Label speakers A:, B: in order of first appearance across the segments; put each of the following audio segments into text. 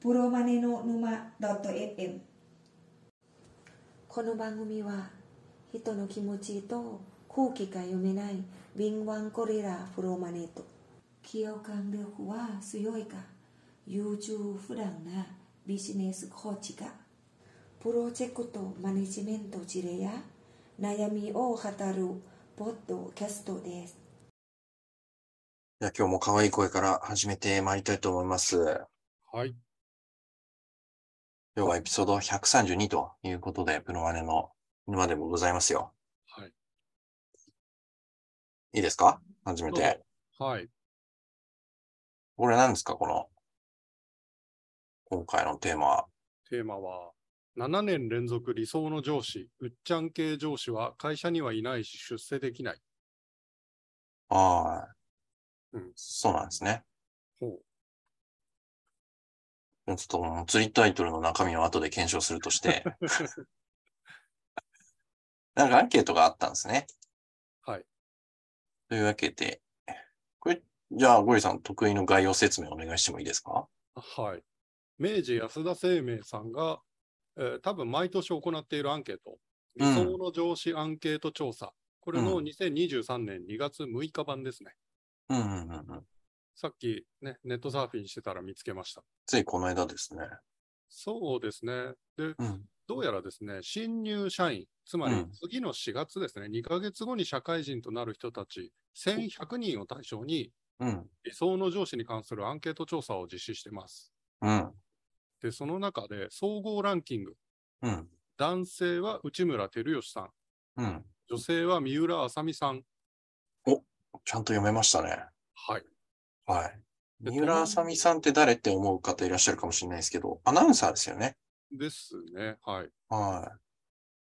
A: プロマネの沼 .fm この番組は人の気持ちと空気が読めない敏腕コレラプロマネと企業間力は強いか優柔不断なビジネスコーチがプロジェクトマネジメント事例や悩みを語るポッドキャストです。
B: じゃあ今日も可愛い声から始めてまいりたいと思います。
C: はい。
B: 今日はエピソード132ということで、プロマネの沼でもございますよ。
C: はい。
B: いいですか始めて。
C: はい。
B: これ何ですかこの、今回のテーマは。
C: テーマは、7年連続理想の上司、うっちゃん系上司は会社にはいないし出世できない。
B: ああ、
C: うん
B: そうなんですね。
C: ほ
B: ちょっともう釣りタイトルの中身を後で検証すると して、
C: う。
B: なんかアンケートがあったんですね。
C: はい。
B: というわけで、これ、じゃあゴリさん得意の概要説明お願いしてもいいですか
C: はい。明治安田生命さんが、えー多分毎年行っているアンケート、理
B: うん
C: 想の上司アンケート調査、これ
B: う
C: の
B: ん
C: 2023年2月6日版ですね。
B: うんうんうんうん。
C: さっき、ね、ネットサーフィンしてたら見つけました。
B: ついこの間ですね。
C: そうですね。で、
B: うん。
C: どうやらですね、新入社員、つま
B: う
C: り
B: ん
C: 次の4月ですね、2ヶ月後に社会人となる人たち、1100人を対象に、
B: うん。
C: 理想の上司に関するアンケート調査を実施してます。
B: うん。
C: で、その中で、総合ランキング、
B: うん。
C: 男性は内村光良さん、
B: うん。
C: 女性は三浦あさみさん。
B: ちゃんと読めましたね。
C: はい。
B: はい。
C: で
B: 三浦あさみさんって誰って思う方いらっしゃるかもしれないですけど、アナウンサーですよね。
C: ですね。はい。
B: は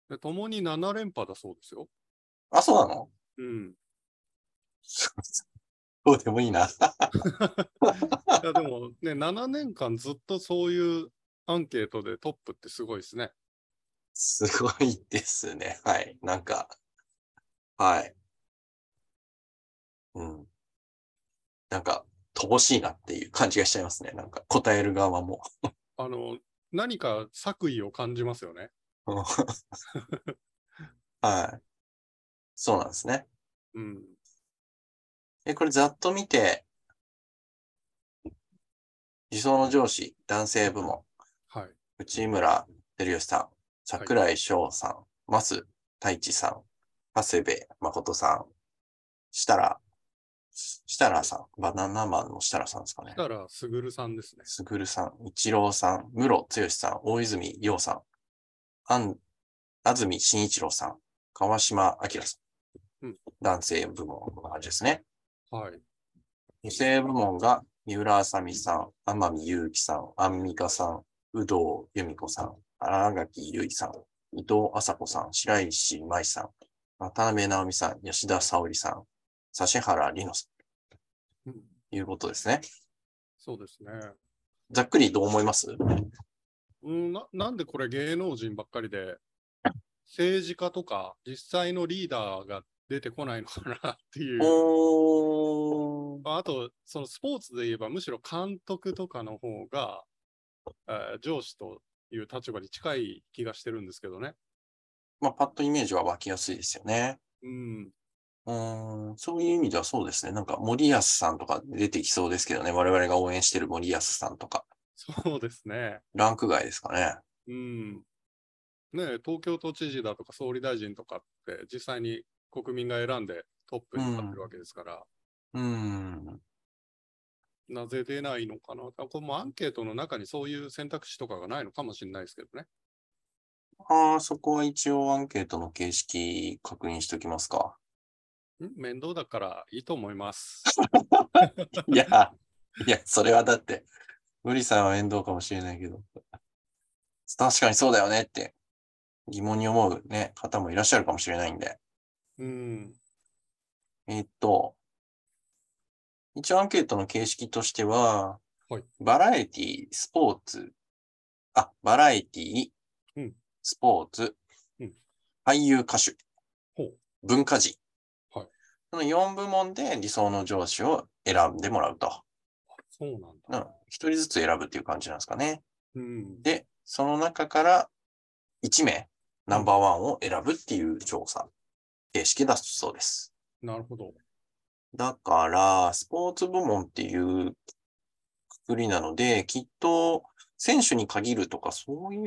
B: い。
C: で、共に7連覇だそうですよ。
B: あ、そうなの
C: うん。
B: どうでもいいな。
C: いや、でもね、7年間ずっとそういうアンケートでトップってすごいですね。
B: すごいですね。 はい。なんか、はい。うん。なんか、乏しいなっていう感じがしちゃいますね。なんか、答える側も。
C: あの、何か作為を感じますよね。
B: うんはい。そうなんですね。
C: うん。
B: え、これざっと見て、理想の上司、男性部門、
C: はい。
B: 内村照吉さん、桜井翔さん、増太一さん、長谷部誠さん、設楽、設楽さん、バナナマンの設楽さんですかね
C: し。たら、すぐるさんですね。
B: すぐるさん、一郎さん、室剛さん、大泉洋さん、あん、安住紳一郎さん、川島明さん。
C: うん
B: 男性部門、こんな感じですね。
C: はい。
B: 女性部門が、三浦あさみさん、天海祐希さん、アンミカさん、有働由美子さん、新垣結衣さん、伊藤麻子さん、白石麻衣さん、渡辺直美さん、吉田沙織さん、指原莉乃さん、
C: うん
B: ということですね。
C: そうですね。
B: ざっくりどう思います
C: うんな、なんでこれ芸能人ばっかりで、政治家とか実際のリーダーが出てこないのかな っていう。
B: おー。
C: まああと、そのスポーツで言えば、むしろ監督とかの方が、えー上司という立場に近い気がしてるんですけどね。
B: まあ、パッとイメージは湧きやすいですよね。
C: うん。
B: うーん、そういう意味ではそうですね。なんか森保さんとか出てきそうですけどね。我々が応援してる森保さんとか。
C: そうですね。
B: ランク外ですかね。
C: うん。ねえ東京都知事だとか総理大臣とかって、実際に国民が選んでトップに立ってるわけですから。
B: うーん。
C: なぜ出ないのかな。あこれもアンケートの中にそういう選択肢とかがないのかもしれないですけどね。
B: ああ、そこは一応アンケートの形式確認しておきますか。
C: ん面倒だからいいと思います。
B: いや、いや、それはだって、無理さんは面倒かもしれないけど。確かにそうだよねって疑問に思うね、方もいらっしゃるかもしれないんで。
C: うん。
B: えーっと、一応アンケートの形式としては、
C: はい
B: バラエティ、スポーツ、あ、バラエティ、
C: うん
B: スポーツ、
C: うん
B: 俳優、歌手
C: ほう、
B: 文化人。
C: はい
B: その4部門で理想の上司を選んでもらうと。
C: そうなんだ。
B: うん一人ずつ選ぶっていう感じなんですかね。
C: うん。
B: で、その中から1名、ナンバーワンを選ぶっていう調査、形式だそうです。
C: なるほど。
B: だから、スポーツ部門っていうくくりなので、きっと選手に限るとか、そうい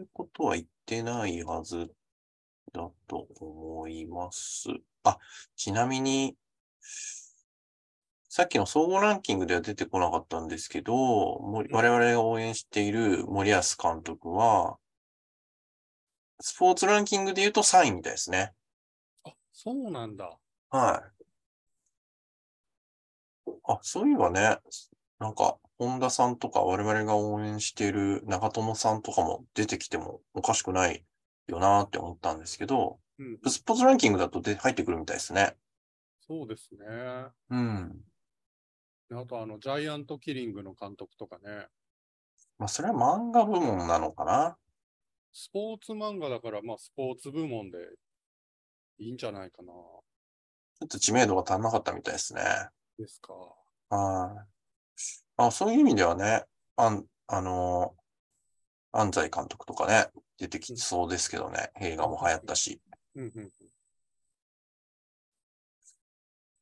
B: うことは言ってないはずだと思います。あ、ちなみに、さっきの総合ランキングでは出てこなかったんですけど、もう我々が応援している森保監督は、スポーツランキングで言うと3位みたいですね。
C: あ、そうなんだ。
B: はい。あ、そういえばね、なんか、本田さんとか我々が応援している長友さんとかも出てきてもおかしくないよなーって思ったんですけど、
C: うん。
B: スポーツランキングだとで入ってくるみたいですね。
C: そうですね。あ
B: うん。
C: と、あの、ジャイアントキリングの監督とかね。
B: まあ、それは漫画部門なのかな。
C: スポーツ漫画だから、まあ、スポーツ部門でいいんじゃないかな。
B: ちょっと知名度が足んなかったみたいですね。
C: ですか。
B: はい。あ、そういう意味ではね、あん、あのー安西監督とかね、出てきそうですけどね、映画も流行ったし。
C: うんうん。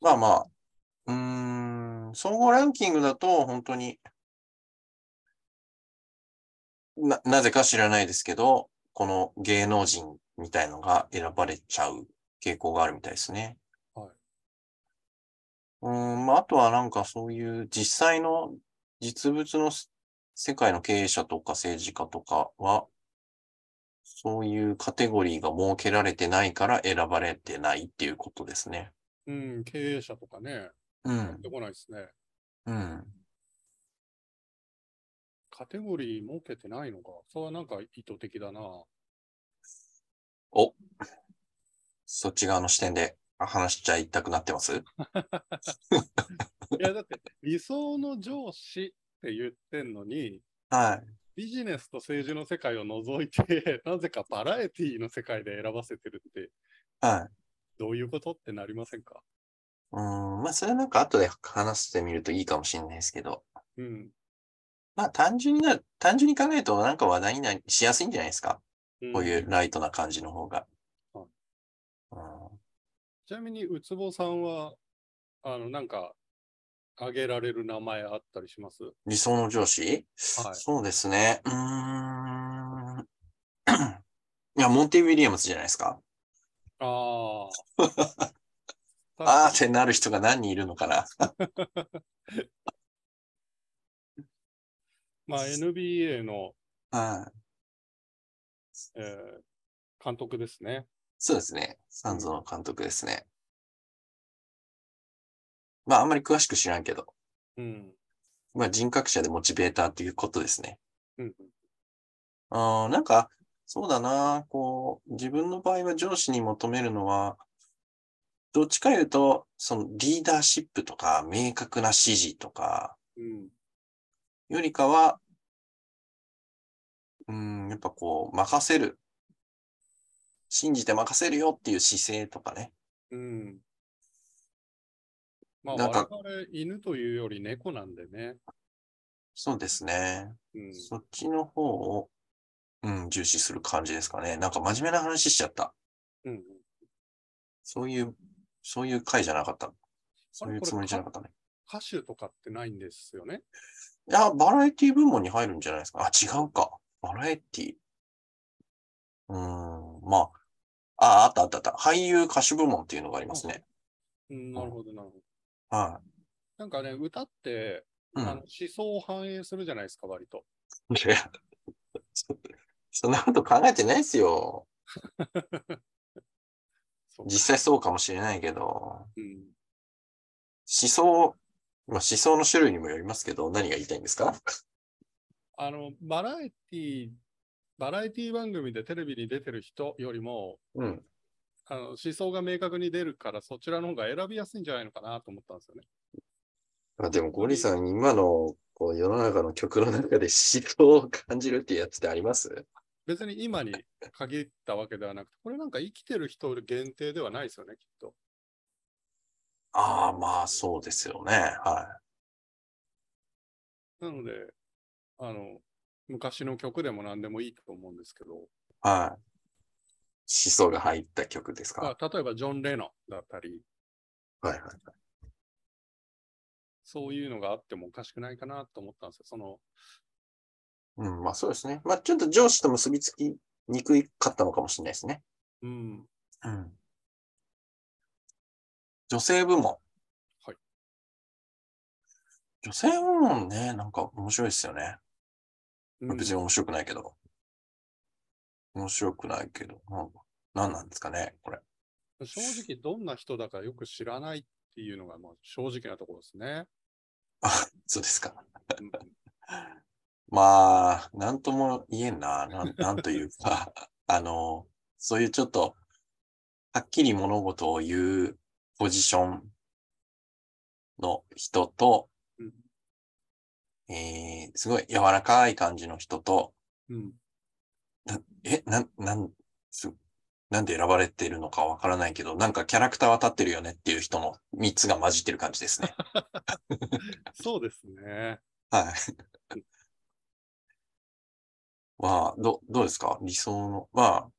B: まあまあ、うーん、総合ランキングだと、本当に、な、なぜか知らないですけど、この芸能人みたいのが選ばれちゃう傾向があるみたいですね。
C: はいう
B: ーん、まあ、あとはなんかそういう実際の実物のす世界の経営者とか政治家とかは、そういうカテゴリーが設けられてないから選ばれてないっていうことですね。
C: うん、経営者とかね、
B: うん。
C: 出てこないですね。
B: うん。
C: カテゴリー設けてないのか。それはなんか意図的だな。
B: そっち側の視点で話しちゃいたくなってます
C: いや、だって、理想の上司って言ってんのに、
B: はい。
C: ビジネスと政治の世界を除いて、 なぜかバラエティの世界で選ばせてるって、
B: はい。
C: どういうことってなりませんか
B: うーん、まあ、それはなんか後で話してみるといいかもしれないですけど、
C: うん。
B: まあ、単純にな、単純に考えるとなんか話題になりしやすいんじゃないですかこういううライトな感じの方が。う
C: は
B: ん
C: い、ん。ちなみに、ウツボさんは、あの、なんか、挙げられる名前あったりします
B: 理想の上司
C: はい
B: そうですね。うーん。 いや、モンティ・ウィリアムズじゃないですか。
C: あ あ。
B: あーってなる人が何人いるのかな。
C: まあ、NBA の、
B: はい。
C: えー監督ですね。
B: そうですね。サンズの監督ですね。まあ、あんまり詳しく知らんけど、
C: うん。
B: まあ、人格者でモチベーターということですね。
C: うん。
B: あーなんか、そうだな、こう、自分の場合は上司に求めるのは、どっちか言うと、そのリーダーシップとか、明確な指示とか、
C: うん。
B: よりかは、うん、やっぱこう、任せる。信じて任せるよっていう姿勢とかね。
C: うん。まあ、
B: なん
C: 我
B: か
C: 々犬というより猫なんでね。
B: そうですね。
C: うん。
B: そっちの方を、うん、重視する感じですかね。なんか真面目な話しちゃった。
C: うん、
B: そういう、そういう回じゃなかった。そういうつもりじゃなかったね。
C: 歌手とかってないんですよね。
B: いや、バラエティ部門に入るんじゃないですか。あ、違うか。バラエティ。うーん、まあ。あ、あったあったあった。俳優歌手部門っていうのがありますね。
C: うん、なるほど、なるほど。
B: は
C: なんかね、歌って、
B: い。う
C: あの
B: ん
C: 思。想を反映するじゃないですか、割と。
B: いやそ そんなこと考えてないですよ。
C: そう
B: 実際そうかもしれないけど。
C: うん、
B: 思想、まあ、思想の種類にもよりますけど、何が言いたいんですか
C: あの、バラエティ、バラエティ番組でテレビに出てる人よりも、
B: うん。
C: あの思想が明確に出るから、そちらの方が選びやすいんじゃないのかなと思ったんですよね。
B: あでも、ゴリさん、今のこう世の中の曲の中で思想を感じるってやつってあります
C: 別に今に限ったわけではなくて、これなんか生きてる人限定ではないですよね、きっと。
B: ああ、まあ、そうですよね。は
C: なので、あの、昔の曲でも何でもいいと思うんですけど、
B: はい。思想が入った曲ですか、
C: まあ、例えばジョン・レノンだったり、
B: はいはい。
C: そういうのがあってもおかしくないかなと思ったんですよ。その、
B: うん、まあそうですね。まあちょっと上司と結びつきにくいかったのかもしれないですね。
C: うん、
B: うん。女性部門。
C: はい。
B: 女性部門ね、なんか面白いですよね。
C: うん
B: 別に面白くないけど。面白くないけど、なん何なんですかね、これ。
C: 正直どんな人だかよく知らないっていうのがまあ正直なところですね。
B: そうですか。
C: うん
B: まあ、なんとも言えんな。 なんなんというか、あの、そういうちょっと、はっきり物事を言うポジションの人と、
C: うん
B: えー、すごい柔らかい感じの人と、
C: うん
B: え、なん、なん、すなんで選ばれてるのかわからないけど、なんかキャラクターは立ってるよねっていう人の3つが混じってる感じですね。
C: そうですね。
B: はい。 まあ、ど、どうですか理想の。まあ、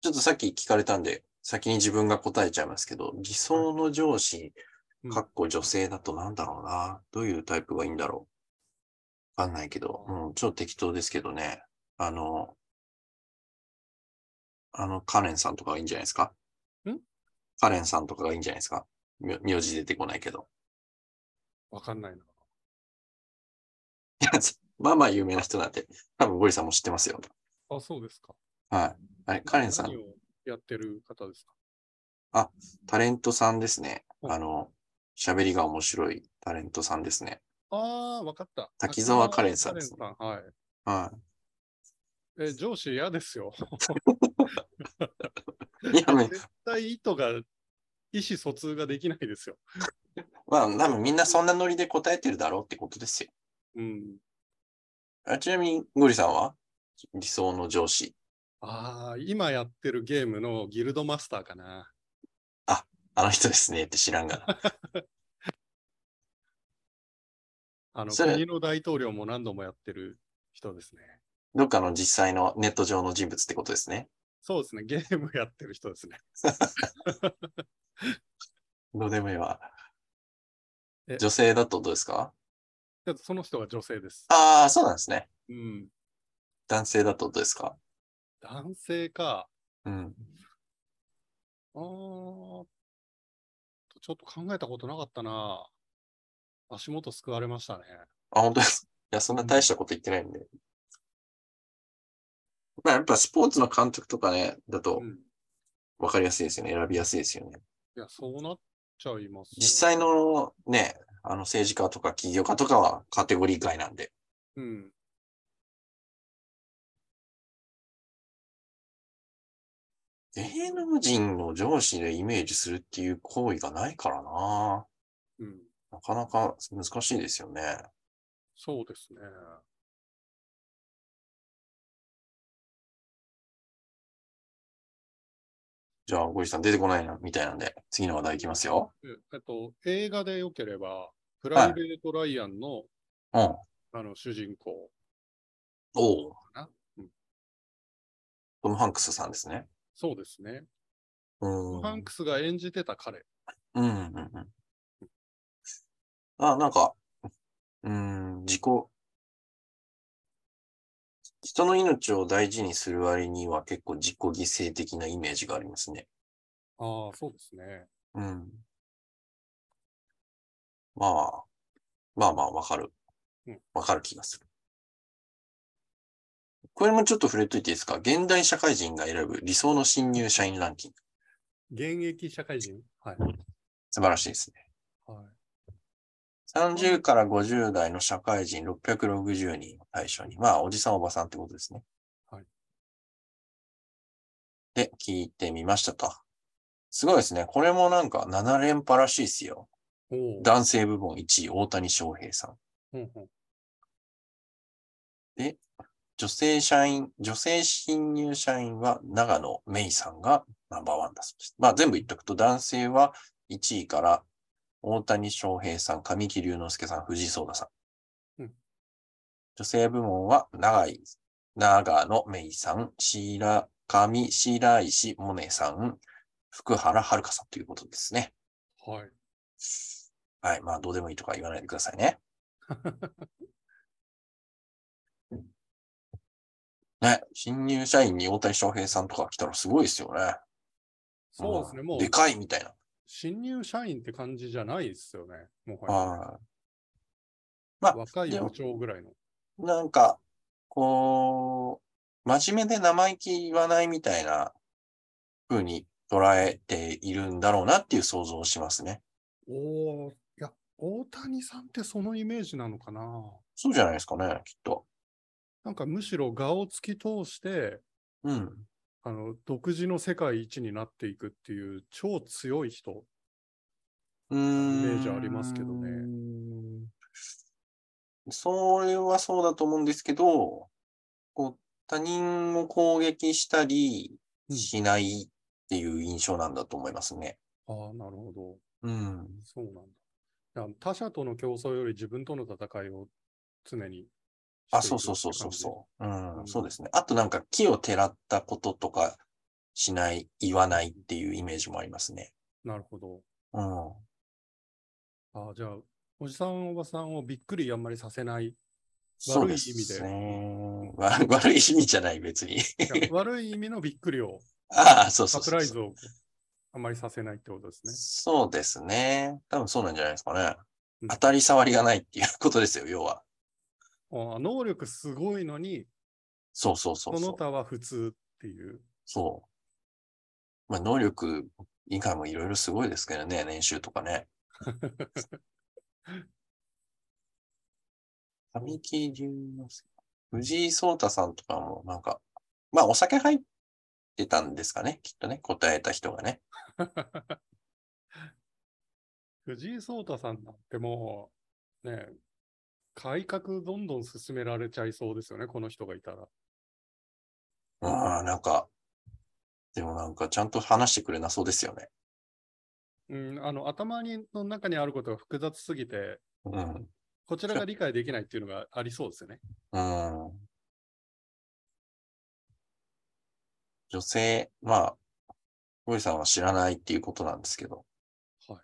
B: ちょっとさっき聞かれたんで、先に自分が答えちゃいますけど、理想の上司
C: う、ん
B: かっこ女性だとなんだろうな。どういうタイプがいいんだろう。わかんないけど、うん、ちょっと適当ですけどね。あの、あの、カレンさんとかがいいんじゃないですか
C: ん
B: カレンさんとかがいいんじゃないですかみ名字出てこないけど。
C: わかんないな。
B: いやそ まあまあ有名な人なんで、多分ゴリさんも知ってますよ。
C: あ、そうですか。
B: はい。あれ、カレンさん
C: 何、をやってる方ですか
B: タレントさんですね。
C: はい
B: あの、喋りが面白いタレントさんですね。
C: ああ、わかった。
B: 滝沢カレンさんです
C: 滝沢カレンさんはい。
B: は
C: え、上司嫌です よ。
B: い。いや、ね、
C: 絶対意図が、意思疎通ができないですよ。
B: まあ、多分みんなそんなノリで答えてるだろうってことですよ。
C: うん。
B: あちなみに、ゴリさんは理想の上司。
C: ああ、今やってるゲームのギルドマスターかな。
B: あの人ですねって知らんが な。
C: あの、
B: それ
C: 国の大統領も何度もやってる人ですね。
B: どっかの実際のネット上の人物ってことですね。
C: そうですね。ゲームやってる人ですね。
B: どうでもいいわ
C: え。
B: 女性だとどうですか
C: でその人が女性です。
B: ああ、そうなんですね。
C: うん。
B: 男性だとどうですか
C: 男性か。
B: うん。
C: あーちょっと考えたことなかったな。足元救われましたね。
B: あ、本当です。いや、そんな大したこと言ってないんで。まあ、やっぱスポーツの監督とかね、だと
C: うん。
B: 分かりやすいですよね。選びやすいですよね。
C: いや、そうなっちゃいますよ。
B: 実際のね、あの政治家とか起業家とかはカテゴリー外なんで。
C: うん。
B: 芸能人の上司でイメージするっていう行為がないからな。
C: うん。
B: なかなか難しいですよね。
C: そうですね。
B: じゃあ、ゴリさん出てこないな、みたいなんで、次の話題いきますよ。
C: ええっと、映画でよければ、プライベート・ライアンの,、
B: うん。
C: あの主人公
B: おう
C: かなうん。
B: トム・ハンクスさんですね。
C: そうですね。
B: う
C: ト
B: ん。
C: ムハンクスが演じてた彼。
B: うんうんうん。あ、なんか、うーん、自己、人の命を大事にする割には結構自己犠牲的なイメージがありますね。
C: ああ、そうですね。
B: うん。まあ、まあまあ、わかる
C: うん。
B: わかる気がする。これもちょっと触れといていいですか現代社会人が選ぶ理想の新入社員ランキング。
C: 現役社会人はい。
B: 素晴らしいですね。
C: はい、
B: 30から50代の社会人660人を対象に、まあ、おじさんおばさんってことですね。
C: はい。
B: で、聞いてみましたと。すごいですね。これもなんか7連覇らしいですよ。
C: おお。
B: 男性部門1位、大谷翔平さん。
C: うんうん
B: 女性社員、女性新入社員は長野芽衣さんがナンバーワンだそうです。まあ全部言っとくと、男性は1位から大谷翔平さん、神木隆之介さん、藤井聡太さん。
C: うん
B: 女性部門は長井、長野芽衣さん、白上白石萌音さん、福原遥さんということですね。
C: はい。
B: はい。まあ、どうでもいいとか言わないでください ね。ね、新入社員に大谷翔平さんとか来たらすごいですよね。
C: そうですね、
B: ん
C: もう
B: で、かいみたいな。
C: 新入社員って感じじゃないですよね、もは
B: はい。ま
C: や。
B: あ、
C: 若い
B: でも
C: 部長ぐらいの。
B: なんか、こう、真面目で生意気言わないみたいな風に捉えているんだろうなっていう想像をしますね。
C: おお、いや、大谷さんってそのイメージなのかな。
B: そうじゃないですかね、きっと。
C: なんかむしろ画を突き通して、
B: うん。
C: あの独自の世界一になっていくっていう超強い人。
B: うーん。
C: イメージありますけどね。
B: それはそうだと思うんですけど、こう他人を攻撃したり
C: うん
B: しないっていう印象なんだと思いますね。
C: ああ、なるほど。
B: うん。
C: そうなんだいや。他者との競争より自分との戦いを常に。
B: あ、そうそうそうそうそう。うん、
C: うん
B: そうですね。あとなんか木をてらったこととかしない、言わないっていうイメージもありますね。
C: う。なるほど。
B: うん。
C: ああ、じゃあ、おじさん、おばさんをびっくりあんまりさ せない。い
B: そうで
C: 意味です
B: ね。わ 悪い意味じゃない、別に。
C: や悪い意味のびっくりを、
B: ああ、そう そ
C: サ
B: う
C: プ
B: そう
C: ラ
B: そ
C: イ
B: う。
C: ズをあんまりさせないってことですね。
B: そうですね。多分そうなんじゃないですかね
C: う。ん
B: 当たり障りがないっていうことですよ、要は。
C: ああ能力すごいのに、
B: そうそうそ
C: そう
B: そ
C: の
B: う。
C: 他は普通っていう。
B: そう。まあ、能力以外もいろいろすごいですけどね、年収とか ね。神木隆之介。藤井聡太さんとかも、なんか、まあ、お酒入ってたんですかね、きっとね、答えた人がね。
C: 藤井聡太さんなんてもう、ねえ、改革どんどん進められちゃいそうですよね、この人がいたら。
B: ああ、なんか、でもなんか、ちゃんと話してくれなそうですよね。
C: うん、あの頭にの中にあることが複雑すぎて、
B: うん。
C: こちらが理解できないっていうのがありそうですよね。
B: うん。女性、まあ、ゴリさんは知らないっていうことなんですけど。
C: はい。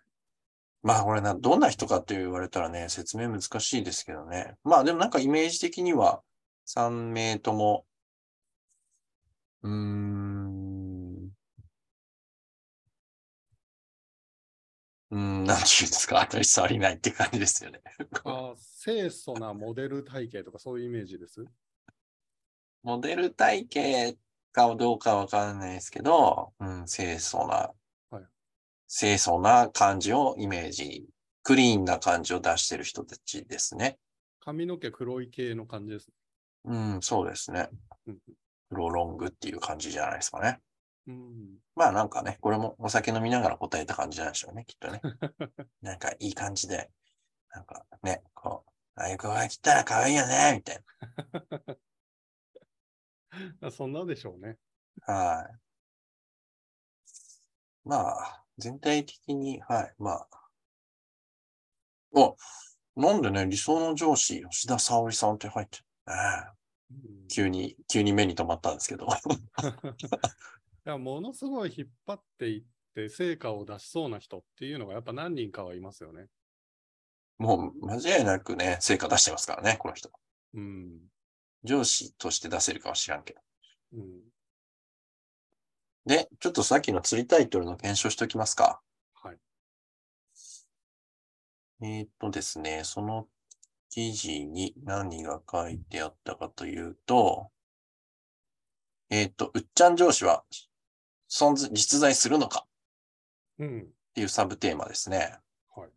B: まあ、これな、どんな人かって言われたらね、説明難しいですけどね。まあ、でもなんかイメージ的には、3名とも、うーん、うーん、なんていうんですか、 当たり障りないって感じですよね。
C: ああ、清楚なモデル体型とかそういうイメージです。
B: モデル体型かどうかわからないですけど、うん、清楚な、
C: はい
B: 清楚な感じをイメージ、クリーンな感じを出してる人たちですね。
C: 髪の毛黒い系の感じです。
B: うん、そうですね
C: うん。
B: 黒ロングっていう感じじゃないですかね。
C: うん、
B: まあなんかね、これもお酒飲みながら答えた感じなんでしょうね、きっ とね。なんかいい感じで、なんかね、こう、ああいう子が来たら可愛いよね、みたいな。
C: あそんなでしょうね。
B: はい。まあ、全体的に、はい、まあ。あ、なんでね、理想の上司、吉田沙織さんって入ってる、ね
C: うん
B: 急に、急に目に留まったんですけど。
C: いやものすごい引っ張っていって成果を出しそうな人っていうのがやっぱ何人かはいますよね。
B: もう、間違いなくね、成果出してますからね、この人。
C: うん。
B: 上司として出せるかは知らんけど。
C: うん。
B: で、ちょっとさっきの釣りタイトルの検証しておきますか。
C: はい。
B: えーっとですね、その記事に何が書いてあったかというと、えーっと、うっちゃん上司は存在、実在するのか
C: うん。
B: っていうサブテーマですね。
C: はい。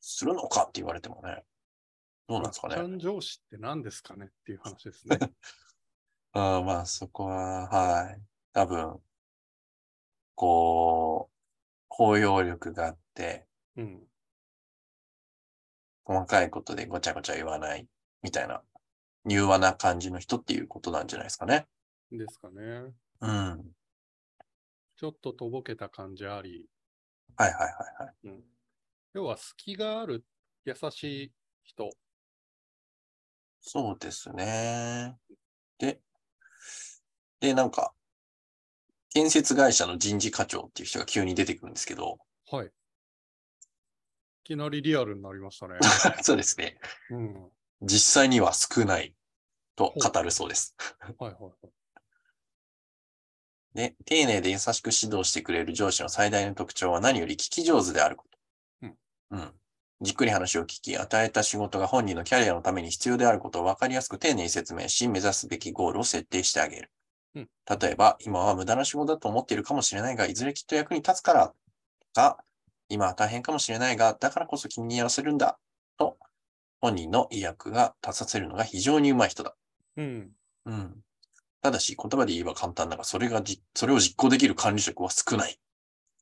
B: するのかって言われてもね、どうなんですか
C: ちゃ
B: ね。
C: ん上司って何ですかねっていう話で すね。
B: あーまあ、そこは、はい。多分、こう、包容力があって、
C: うん。
B: 細かいことでごちゃごちゃ言わない、みたいな、柔和な感じの人っていうことなんじゃないですかね。
C: ですかね。
B: うん。はい
C: ちょっととぼけた感じあり、
B: はいはいはい。
C: うん、要は隙がある優しい人
B: そうですね。で、で、なんか、建設会社の人事課長っていう人が急に出てくるんですけど、
C: はい。いきなりリアルになりま したね。
B: そうですね。
C: うん。
B: 実際には少ないと語るそうです。
C: はいはいはい。
B: で、丁寧で優しく指導してくれる上司の最大の特徴は何より聞き上手であること。うん。じっくり話を聞き、与えた仕事が本人のキャリアのために必要であることを分かりやすく丁寧に説明し、目指すべきゴールを設定してあげる。
C: うん
B: 例えば、今は無駄な仕事だと思っているかもしれないが、いずれきっと役に立つから、とか、今は大変かもしれないが、だからこそ君にやらせるんだ、と、本人の意訳が立たせるのが非常にうまい人だ。
C: うん。
B: うん。ただし、言葉で言えば簡単だが、それがじ、それを実行できる管理職は少ないっ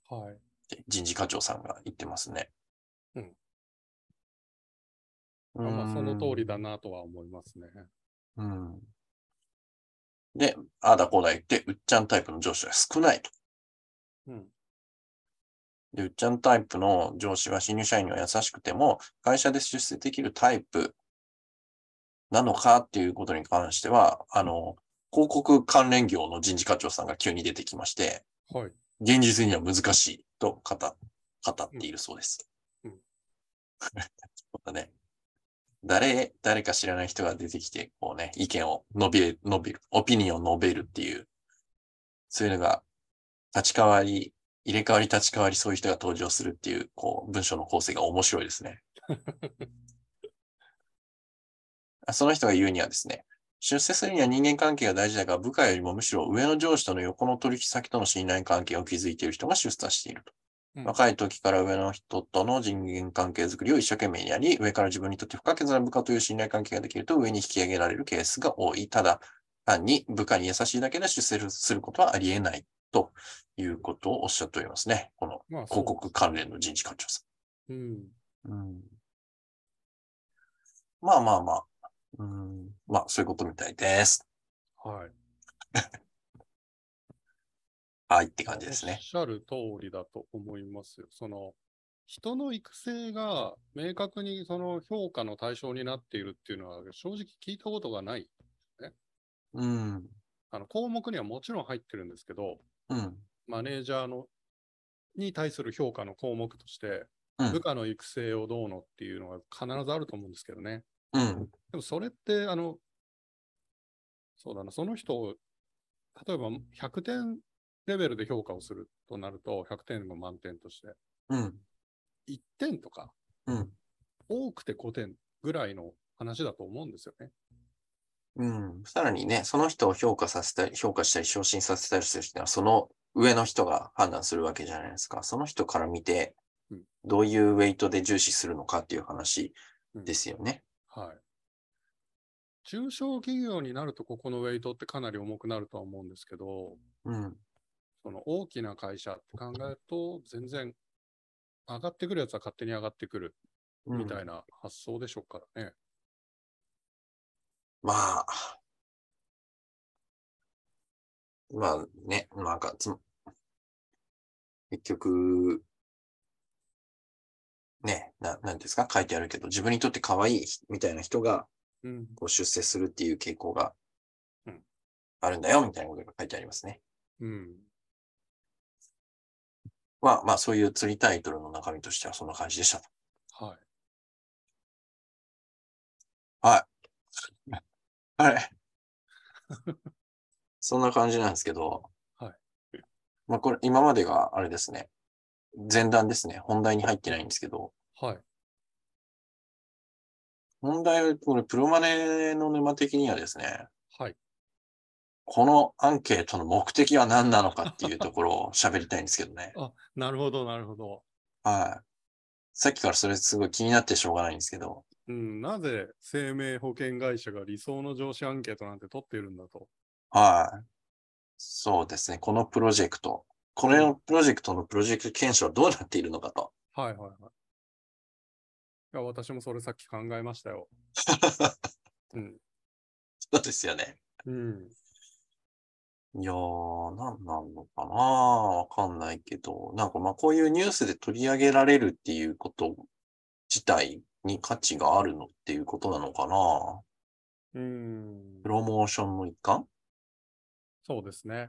C: はい。
B: て人事課長さんが言ってますね。
C: うん。
B: うーん
C: まあ、その通りだなとは思いますね。
B: うん。で、ああだこうだ言って、うっちゃんタイプの上司は少ないと。
C: うん。
B: で、うっちゃんタイプの上司は新入社員には優しくても、会社で出世できるタイプなのかっていうことに関しては、あの、広告関連業の人事課長さんが急に出てきまして、
C: はい。
B: 現実には難しいと語語っているそうです。
C: うんうん
B: そうだね。誰、誰か知らない人が出てきて、こうね、意見を述べ、述べる、オピニオンを述べるっていう、そういうのが、立ち代わり、入れ替わり立ち代わりそういう人が登場するっていう、こう、文章の構成が面白いですね。あその人が言うにはですね、出世するには人間関係が大事だが、部下よりもむしろ上の上司との横の取引先との信頼関係を築いている人が出産していると。
C: うん
B: 若い時から上の人との人間関係づくりを一生懸命やり、上から自分にとって不可欠な部下という信頼関係ができると上に引き上げられるケースが多い。ただ、単に部下に優しいだけで出世することはありえないということをおっしゃっておりますね。この
C: まあ、そう
B: 広。告関連の人事課長さん。
C: うん。
B: うんまあまあまあ。うん、まあ、そういうことみたいです。
C: はい。
B: はいって感じです
C: おっ
B: ね。
C: しゃる通りだと思いますよ。その人の育成が明確にその評価の対象になっているっていうのは正直聞いたことがない。
B: うん。
C: あの項目にはもちろん入ってるんですけど、
B: うん。
C: マネージャーのに対する評価の項目として、
B: うん
C: 部下の育成をどうのっていうのが必ずあると思うんですけどね。
B: うん。
C: でもそれって、あの、そうだな、その人を、例えば100点レベルで評価をするとなると、100点の満点として、
B: うん。
C: 1点とか、
B: うん。
C: 多くて5点ぐらいの話だと思うんですよね。
B: うん。さらにね、その人を評価させたり、評価したり、昇進させたりする人は、その上の人が判断するわけじゃないですか。その人から見て
C: うん、
B: どういうウェイトで重視するのかっていう話
C: うん
B: ですよね。
C: はい。中小企業になると、ここのウェイトってかなり重くなるとは思うんですけど、
B: うん。
C: その大きな会社って考えると、全然上がってくるやつは勝手に上がってくる
B: うん
C: みたいな発想でしょうからね。
B: まあ、まあね、なんかつ、結局、ね、な、なんですか書いてあるけど、自分にとって可愛いみたいな人が
C: うん。
B: こう出世するっていう傾向が
C: うん
B: あるんだよ、みたいなことが書いてありますね。
C: うん。
B: まあまあ、そういう釣りタイトルの中身としてはそんな感じでした。
C: はい。
B: あ れそんな感じなんですけど。
C: はい
B: まあこれ、今までがあれですね。前段ですね。本題に入ってないんですけど。
C: はい。
B: 本題は、これ、プロマネの沼的にはですね、
C: はい。。
B: このアンケートの目的は何なのかっていうところを喋りたいんですけどね
C: あ、なるほど、なるほど。
B: はい。さっきからそれすごい気になってしょうがないんですけど。
C: うん、なぜ生命保険会社が理想の上司アンケートなんて取っているんだと。
B: はい。そうですね。このプロジェクト。これのプロジェクトのプロジェクト検証はどうなっているのかと。
C: はいはいはい。いや、私もそれさっき考えました よ。うん。
B: そうですよね。
C: うん。
B: いやー、なんなんのかなわかんないけど、なんかまあこういうニュースで取り上げられるっていうこと自体に価値があるのっていうことなのかな
C: うん
B: プロモーションの一環
C: そうですね。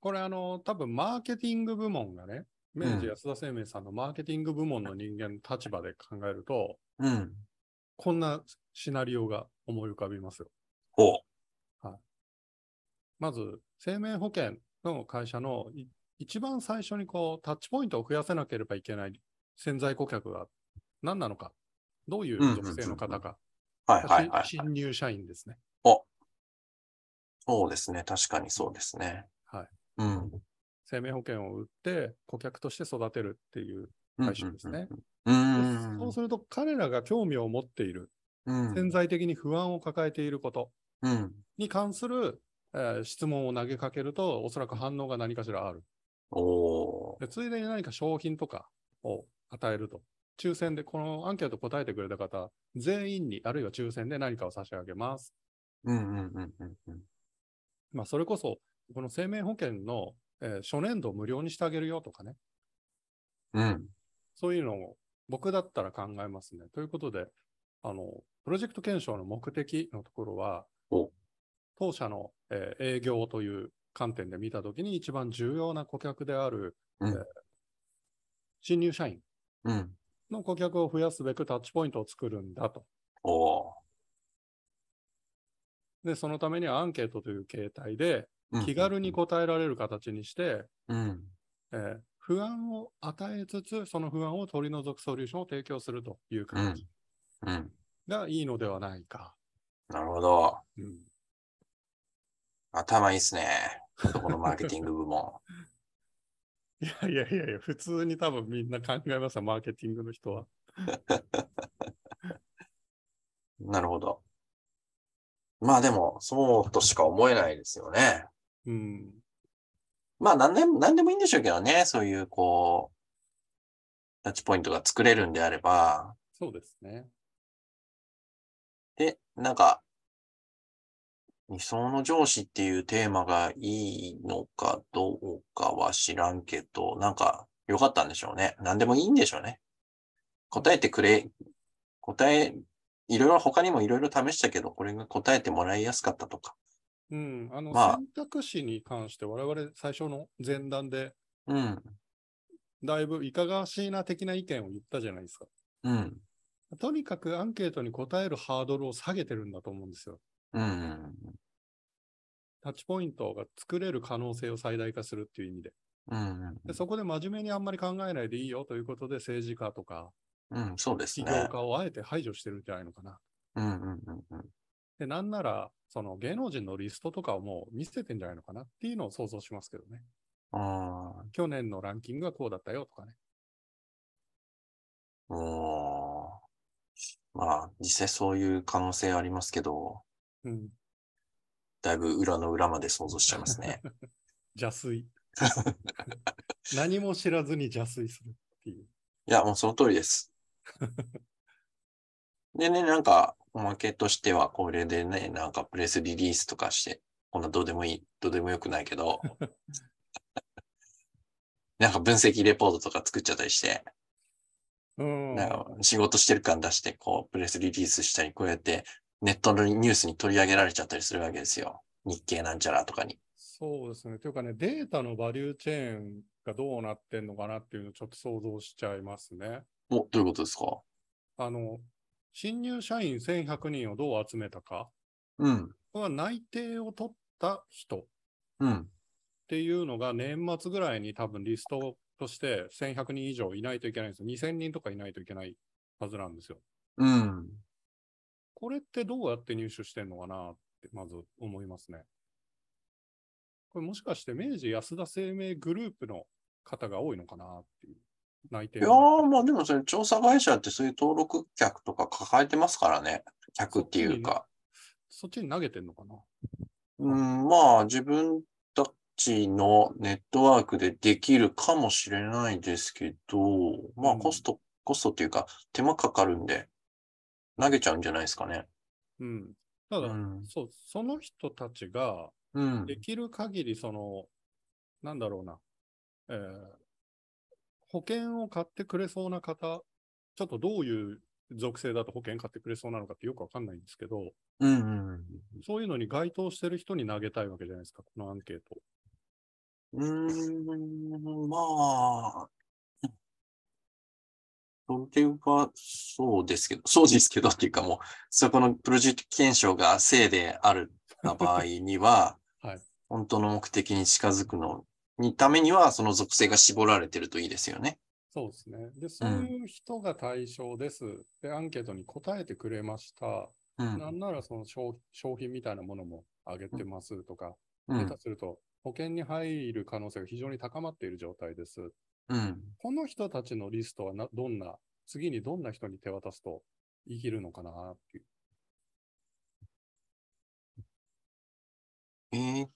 C: これ、あの、多分マーケティング部門がね、明治安田生命さんのマーケティング部門の人間の立場で考えると、
B: うん。
C: こんなシナリオが思い浮かびますよ。
B: ほ
C: まず、生命保険の会社のい一番最初にこう、タッチポイントを増やさなければいけない潜在顧客が何なのか、どういう属性の方か、
B: う。はいはいはい。
C: 新入社員ですね。
B: そうですね。確かにそうですね。
C: はい。
B: うん。
C: 生命保険を売って顧客として育てるっていう
B: うん
C: 会社ですね。。
B: う
C: で
B: ん。
C: そうすると彼らが興味を持っている、
B: うん。
C: 潜在的に不安を抱えていること
B: うん。
C: に関する、えー質問を投げかけると、おそらく反応が何かしらある。
B: おー。
C: でついでに何か商品とかを与えると。抽選で、このアンケート答えてくれた方、全員に、あるいは抽選で何かを差し上げます。
B: うんうんうんうんうん。
C: まあ、それこそ、この生命保険の、えー初年度を無料にしてあげるよとかね、
B: うん。
C: そういうのを僕だったら考えますね。ということで、あの、プロジェクト検証の目的のところは
B: お、
C: 当社の、えー営業という観点で見たときに一番重要な顧客である、
B: うん
C: えー新入社員
B: うん。
C: の顧客を増やすべくタッチポイントを作るんだと。
B: おー。
C: で、そのためにはアンケートという形態で
B: うん
C: 気軽に答えられる形にして、
B: うん。
C: えー不安を与えつつ、その不安を取り除くソリューションを提供するという形
B: うん。
C: がいいのではないか。
B: なるほど。
C: うん
B: 頭いいっすね。そこのマーケティング部門。
C: いやいやいやいや、普通に多分みんな考えました、マーケティングの人は。
B: なるほど。まあでも、そうとしか思えないですよね。
C: うん。
B: まあ何でも、何でもいいんでしょうけどね。そういう、こう、タッチポイントが作れるんであれば。
C: そうですね。
B: で、なんか、理想の上司っていうテーマがいいのかどうかは知らんけど、なんか良かったんでしょうね。何でもいいんでしょうね。答えてくれ、答え、いろいろ他にもいろいろ試したけど、これが答えてもらいやすかったとか。
C: うん。あの、
B: まあ
C: 選択肢に関して我々最初の前段で、
B: うん、
C: だいぶいかがわしいな的な意見を言ったじゃないですか。
B: うん、
C: とにかくアンケートに答えるハードルを下げてるんだと思うんですよ。
B: うん、
C: タッチポイントが作れる可能性を最大化するっていう意味で。
B: うん、
C: でそこで真面目にあんまり考えないでいいよということで政治家とか
B: うん、そうです
C: 起業
B: ね。
C: 家をあえて排除してるんじゃないのかな。
B: うん、うん、うん、うん。
C: で、なんなら、その芸能人のリストとかをもう見せてんじゃないのかなっていうのを想像しますけどね。
B: あー
C: 去年のランキングがこうだったよとかね。
B: もう、まあ、実際そういう可能性ありますけど、
C: うん。
B: だいぶ裏の裏まで想像しちゃいますね。
C: 邪推。 何も知らずに邪推するっていう。
B: いや、もうその通り です。でね、なんか、おまけとしては、これでね、なんかプレスリリースとかして、こんなどうでもいい、どうでもよくないけ ど、なんか分析レポートとか作っちゃったりして、
C: うん。
B: なんか仕事してる感出して、こう、プレスリリースしたり、こうやってネットのニュースに取り上げられちゃったりするわけですよ。日経なんちゃらとかに。
C: そうですね。というかね、データのバリューチェーンがどうなってんのかなっていうのをちょっと想像しちゃいますね。
B: お、どういうことですか
C: あの、新入社員1100人をどう集めたか
B: うん、
C: これは内定を取った人
B: うん、
C: っていうのが年末ぐらいに多分リストとして1100人以上いないといけないんですよ。2000人とかいないといけないはずなんですよ。
B: うん。
C: これってどうやって入手してんのかなってまず思いますね。これもしかして明治安田生命グループの方が多いのかなっていう内定
B: いやー、まあでもそれ調査会社ってそういう登録客とか抱えてますからね。客っていうか。
C: そっちに投げてんのかな
B: うん、まあ自分たちのネットワークでできるかもしれないですけど、まあ
C: うん
B: コスト、コストっていうか手間かかるんで、投げちゃうんじゃないですかね。
C: うん。た
B: う
C: だ、
B: ん。
C: そう、その人たちが
B: うん。
C: できる限り、その、なんだろうな、えー保険を買ってくれそうな方、ちょっとどういう属性だと保険買ってくれそうなのかってよくわかんないんですけど、
B: うんうんうん。
C: そういうのに該当してる人に投げたいわけじゃないですか、このアンケート。
B: うーん、まあ、それはそうですけど、そうですけどっていうかもう、そこのプロジェクト検証が正であるな場合には、
C: はい
B: 本当の目的に近づくのにためには、その属性が絞られてるといいですよね。
C: そうですね。で、そういう人が対象です。で、アンケートに答えてくれました。
B: うん。
C: なんならその商商品みたいなものも上げてますとか、
B: う
C: 下
B: ん。
C: 手すると保険に入る可能性が非常に高まっている状態です。
B: うん。
C: この人たちのリストはなどんな、次にどんな人に手渡すと生きるのかなっていう。
B: えー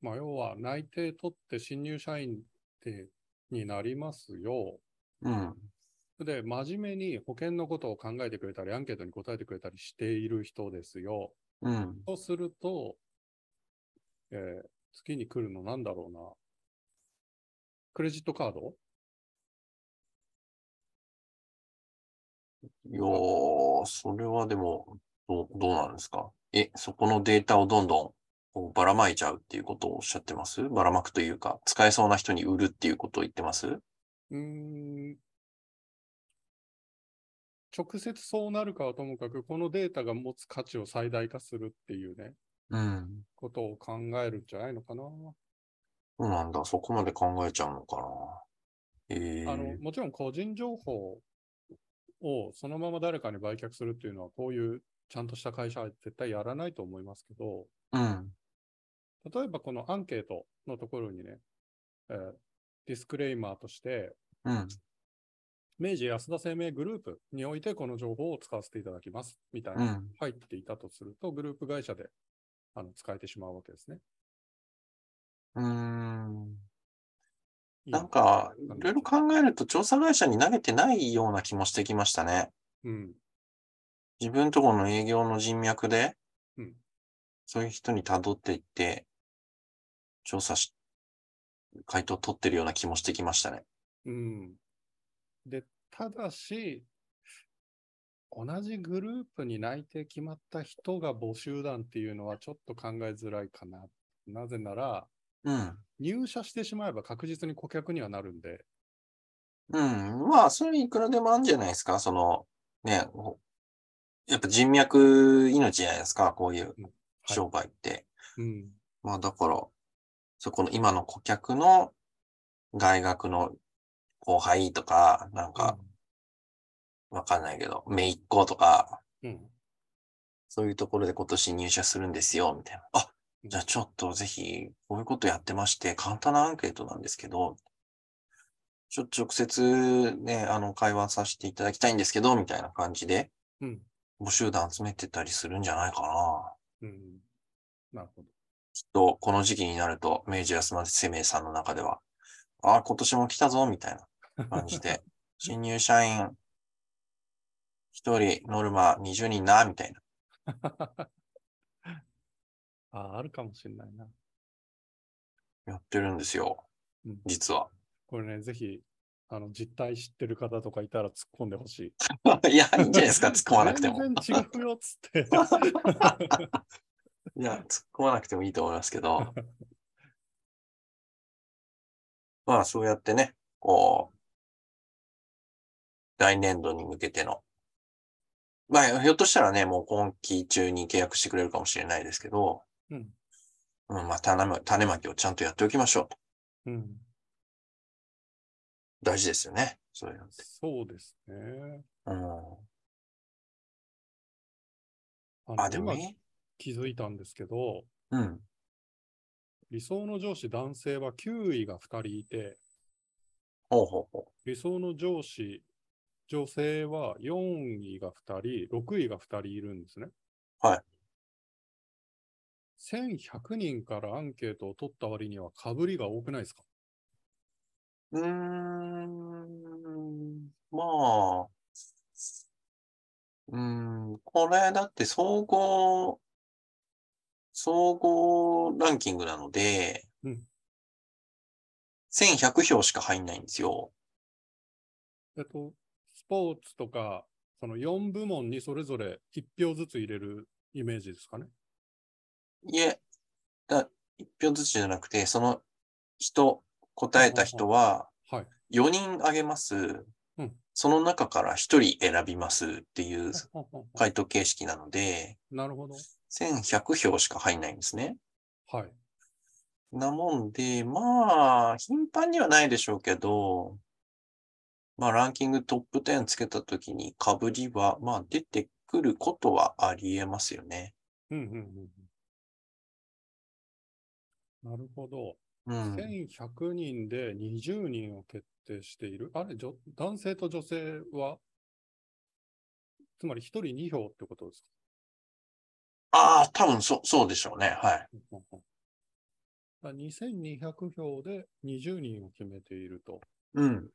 C: まあ、要は内定取って新入社員ってになりますよ。
B: うん。
C: で、真面目に保険のことを考えてくれたり、アンケートに答えてくれたりしている人ですよ。
B: うん。
C: そうすると、えー月に来るのなんだろうな。クレジットカード
B: いやー、それはでも、どう、どうなんですかえ、そこのデータをどんどんこうばらまいちゃうっていうことをおっしゃってますばらまくというか、使えそうな人に売るっていうことを言ってます
C: うーん。直接そうなるかはともかく、このデータが持つ価値を最大化するっていうね、
B: うん。
C: ことを考えるんじゃないのかな。
B: そうなんだ。そこまで考えちゃうのかな。え
C: あの
B: ー、
C: もちろん個人情報をそのまま誰かに売却するっていうのは、こういうちゃんとした会社は絶対やらないと思いますけど、
B: うん、
C: 例えばこのアンケートのところにね、えーディスクレイマーとして、
B: うん、
C: 明治安田生命グループにおいてこの情報を使わせていただきますみたいな
B: うん。
C: 入っていたとすると、グループ会社であの使えてしまうわけですね。
B: うーん。
C: いい
B: なんか、いろいろ考えると調査会社に投げてないような気もしてきましたね。
C: うん、
B: 自分とこの営業の人脈で
C: うん、
B: そういう人に辿っていって、調査し、回答取ってるような気もしてきましたね。
C: うん。で、ただし、同じグループに内定決まった人が募集団っていうのはちょっと考えづらいかな。なぜなら、
B: うん。
C: 入社してしまえば確実に顧客にはなるんで、
B: うん。まあ、それいくらでもあるんじゃないですか。その、ね、ほやっぱ人脈命じゃないですか。こういう
C: はい
B: 商売って。
C: うん、
B: まあ、だから、そこの今の顧客の大学の後輩とか、なんか、わかんないけど、姪っ子とか、
C: うん、
B: そういうところで今年入社するんですよ、みたいな。あ、
C: うん
B: じゃあちょっとぜひ、こういうことやってまして、簡単なアンケートなんですけど、ちょっと直接ね、あの、会話させていただきたいんですけど、みたいな感じで、
C: うん、
B: 募集団集めてたりするんじゃないかな。
C: うん。なるほど。
B: きっと、この時期になると、明治安田生命さんの中では、あ、今年も来たぞ、みたいな感じ で、新入社員、一人、ノルマ20人な、みたいな。
C: あ、あるかもしれないな。
B: やってるんですよ
C: うん。
B: 実は。
C: これね、ぜひ、あの、実態知ってる方とかいたら突っ込んでほ しい。
B: いや、いいんじゃないで すか、突っ込まなくても。
C: 全然違うよっつって。
B: いや、突っ込まなくてもいいと思いますけ ど。まあ、そうやってね、こう、来年度に向けての。まあ、ひょっとしたらね、もう今期中に契約してくれるかもしれないですけど、
C: うん。
B: うん、まあ、種ま種まきをちゃんとやっておきましょうと。
C: うん。
B: 大事ですよね。そういうのって。
C: そうですね。
B: う
C: あ
B: ん。
C: の
B: あ、でも
C: 今
B: ね。
C: 気づいたんですけど、
B: うん。
C: 理想の上司男性は9位が2人いて、
B: ほうほうほ
C: 理想の上司女性は4位が2人、6位が2人いるんですね。
B: はい。
C: 1100人からアンケートを取った割にはかぶりが多くないですか
B: う。うーん。まあ。うーん。これだって総合、総合ランキングなので、
C: うん
B: 1100票しか入んないんですよ。
C: えっと、ポーツとか、その4部門にそれぞれ1票ずつ入れるイメージですかね。
B: いえ、だ一票ずつじゃなくて、その人、答えた人は、
C: はい。
B: 4人あげます。
C: うん
B: その中から1人選びますっていう
C: ほんほんほん
B: 回答形式なので、
C: なるほど。
B: 1100票しか入んないんですね。
C: はい。
B: なもんで、まあ、頻繁にはないでしょうけど、まあ、ランキングトップ10つけたときに被りは、まあ、出てくることはあり得ますよね。
C: うんうんうんうん。なるほど。
B: うん。
C: 1100人で20人を決定している。あれ、じょ男性と女性は、つまり1人2票ってことです
B: ああ、多分そ、そうでしょうね。はい。
C: か。だ2200票で20人を決めていると。
B: うん。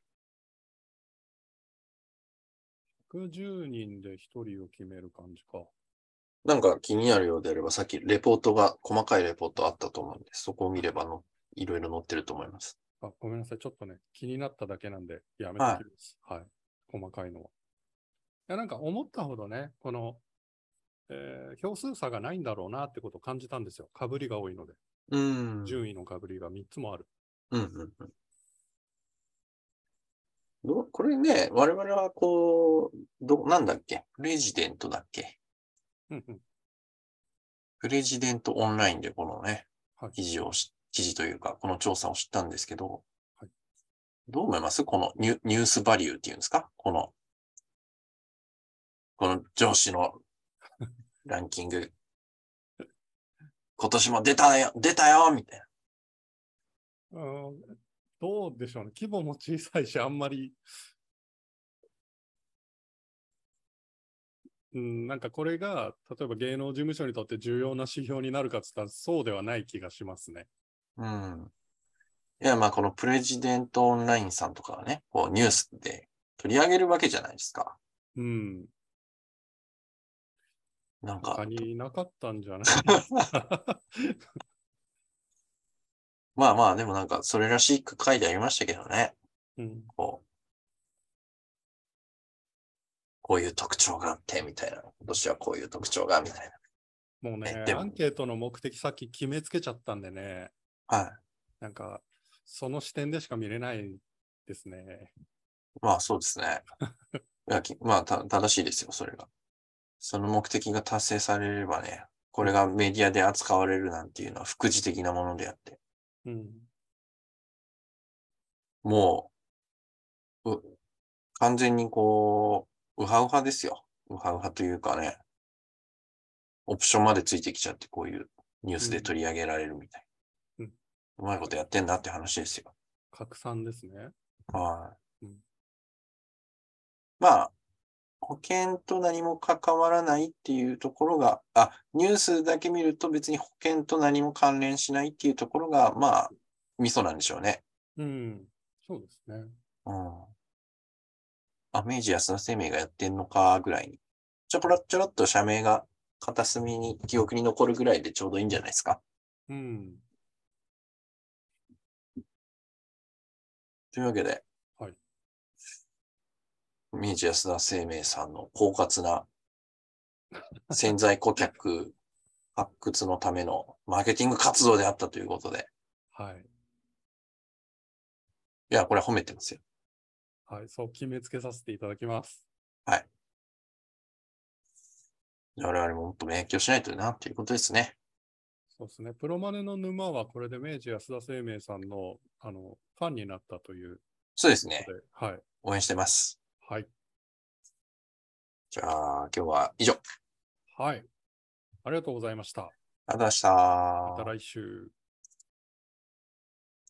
C: 110人で1人を決める感じか。
B: なんか気になるようであれば、さっきレポートが、細かいレポートあったと思うんで、そこを見ればの、いろいろ載ってると思います。
C: あ、ごめんなさい。ちょっとね、気になっただけなんで、やめてき
B: はい
C: ます。はい。細かいのは。いや、なんか思ったほどね、この、えー票数差がないんだろうなってことを感じたんですよ。かぶりが多いので。
B: うん。
C: 順位のかぶりが3つもある。
B: うんうんうんどうこれね、我々はこう、ど、なんだっけレジデントだっけ
C: うんうん
B: プレジデントオンラインでこのね、
C: はい
B: 記事をし、記事というか、この調査を知ったんですけど、
C: はい
B: どう思いますこのニュニュースバリューっていうんですかこの、この上司 のランキング。今年も出たよ出たよみたいな。
C: うーんどうでしょうね。規模も小さいし、あんまり、うん、なんかこれが、例えば芸能事務所にとって重要な指標になるかっつったら、そうではない気がしますね。
B: うん。いや、まあ、このプレジデントオンラインさんとかはね、こうニュースで取り上げるわけじゃないですか。
C: うん。
B: なんか
C: 他、になかったんじゃないです か。
B: まあまあ、でもなんか、それらしく書いてありましたけどね。
C: うん、
B: こう、こういう特徴があって、みたいな。今年はこういう特徴が、みたい
C: もうね
B: え、でも
C: アンケートの目的さっき決めつけちゃったんでね、
B: な。はい。
C: なんか、その視点でしか見れないですね。
B: まあそうですね。いやきまあた、正しいですよ、それが。その目的が達成されればね、これがメディアで扱われるなんていうのは副次的なものであって、
C: うん。
B: もう、う完全にこう、ウハウハですよ。ウハウハというかね、オプションまでついてきちゃって、こういうニュースで取り上げられるみたい。
C: うん
B: うまいことやってんなって話ですよ。
C: 拡散ですね。
B: はい
C: うん。
B: まあ、保険と何も関わらないっていうところが、あ、ニュースだけ見ると別に保険と何も関連しないっていうところが、まあ、ミソなんでしょうね。
C: うん。そうですね。
B: うん。あ、明治安田生命がやってんのか、ぐらいに。ちょこらちょろっと社名が片隅に記憶に残るぐらいでちょうどいいんじゃないですか。
C: うん。
B: というわけで、
C: はい
B: 明治安田生命さんの狡猾な潜在顧客 発掘のためのマーケティング活動であったということで、
C: はい。
B: いや、これは褒めてますよ。
C: はい。そう決めつけさせていただきます。
B: 我々ももっと勉強しないとな、ということですね。
C: そうですね。プロマネの沼はこれで明治安田生命さんの、あの、ファンになったという
B: そうです
C: こ
B: ね
C: と。で、はい。
B: 応援してます。
C: はい。
B: じゃあ、今日は以上。
C: はい。ありがとうございました。
B: ありがとうございました
C: また来週。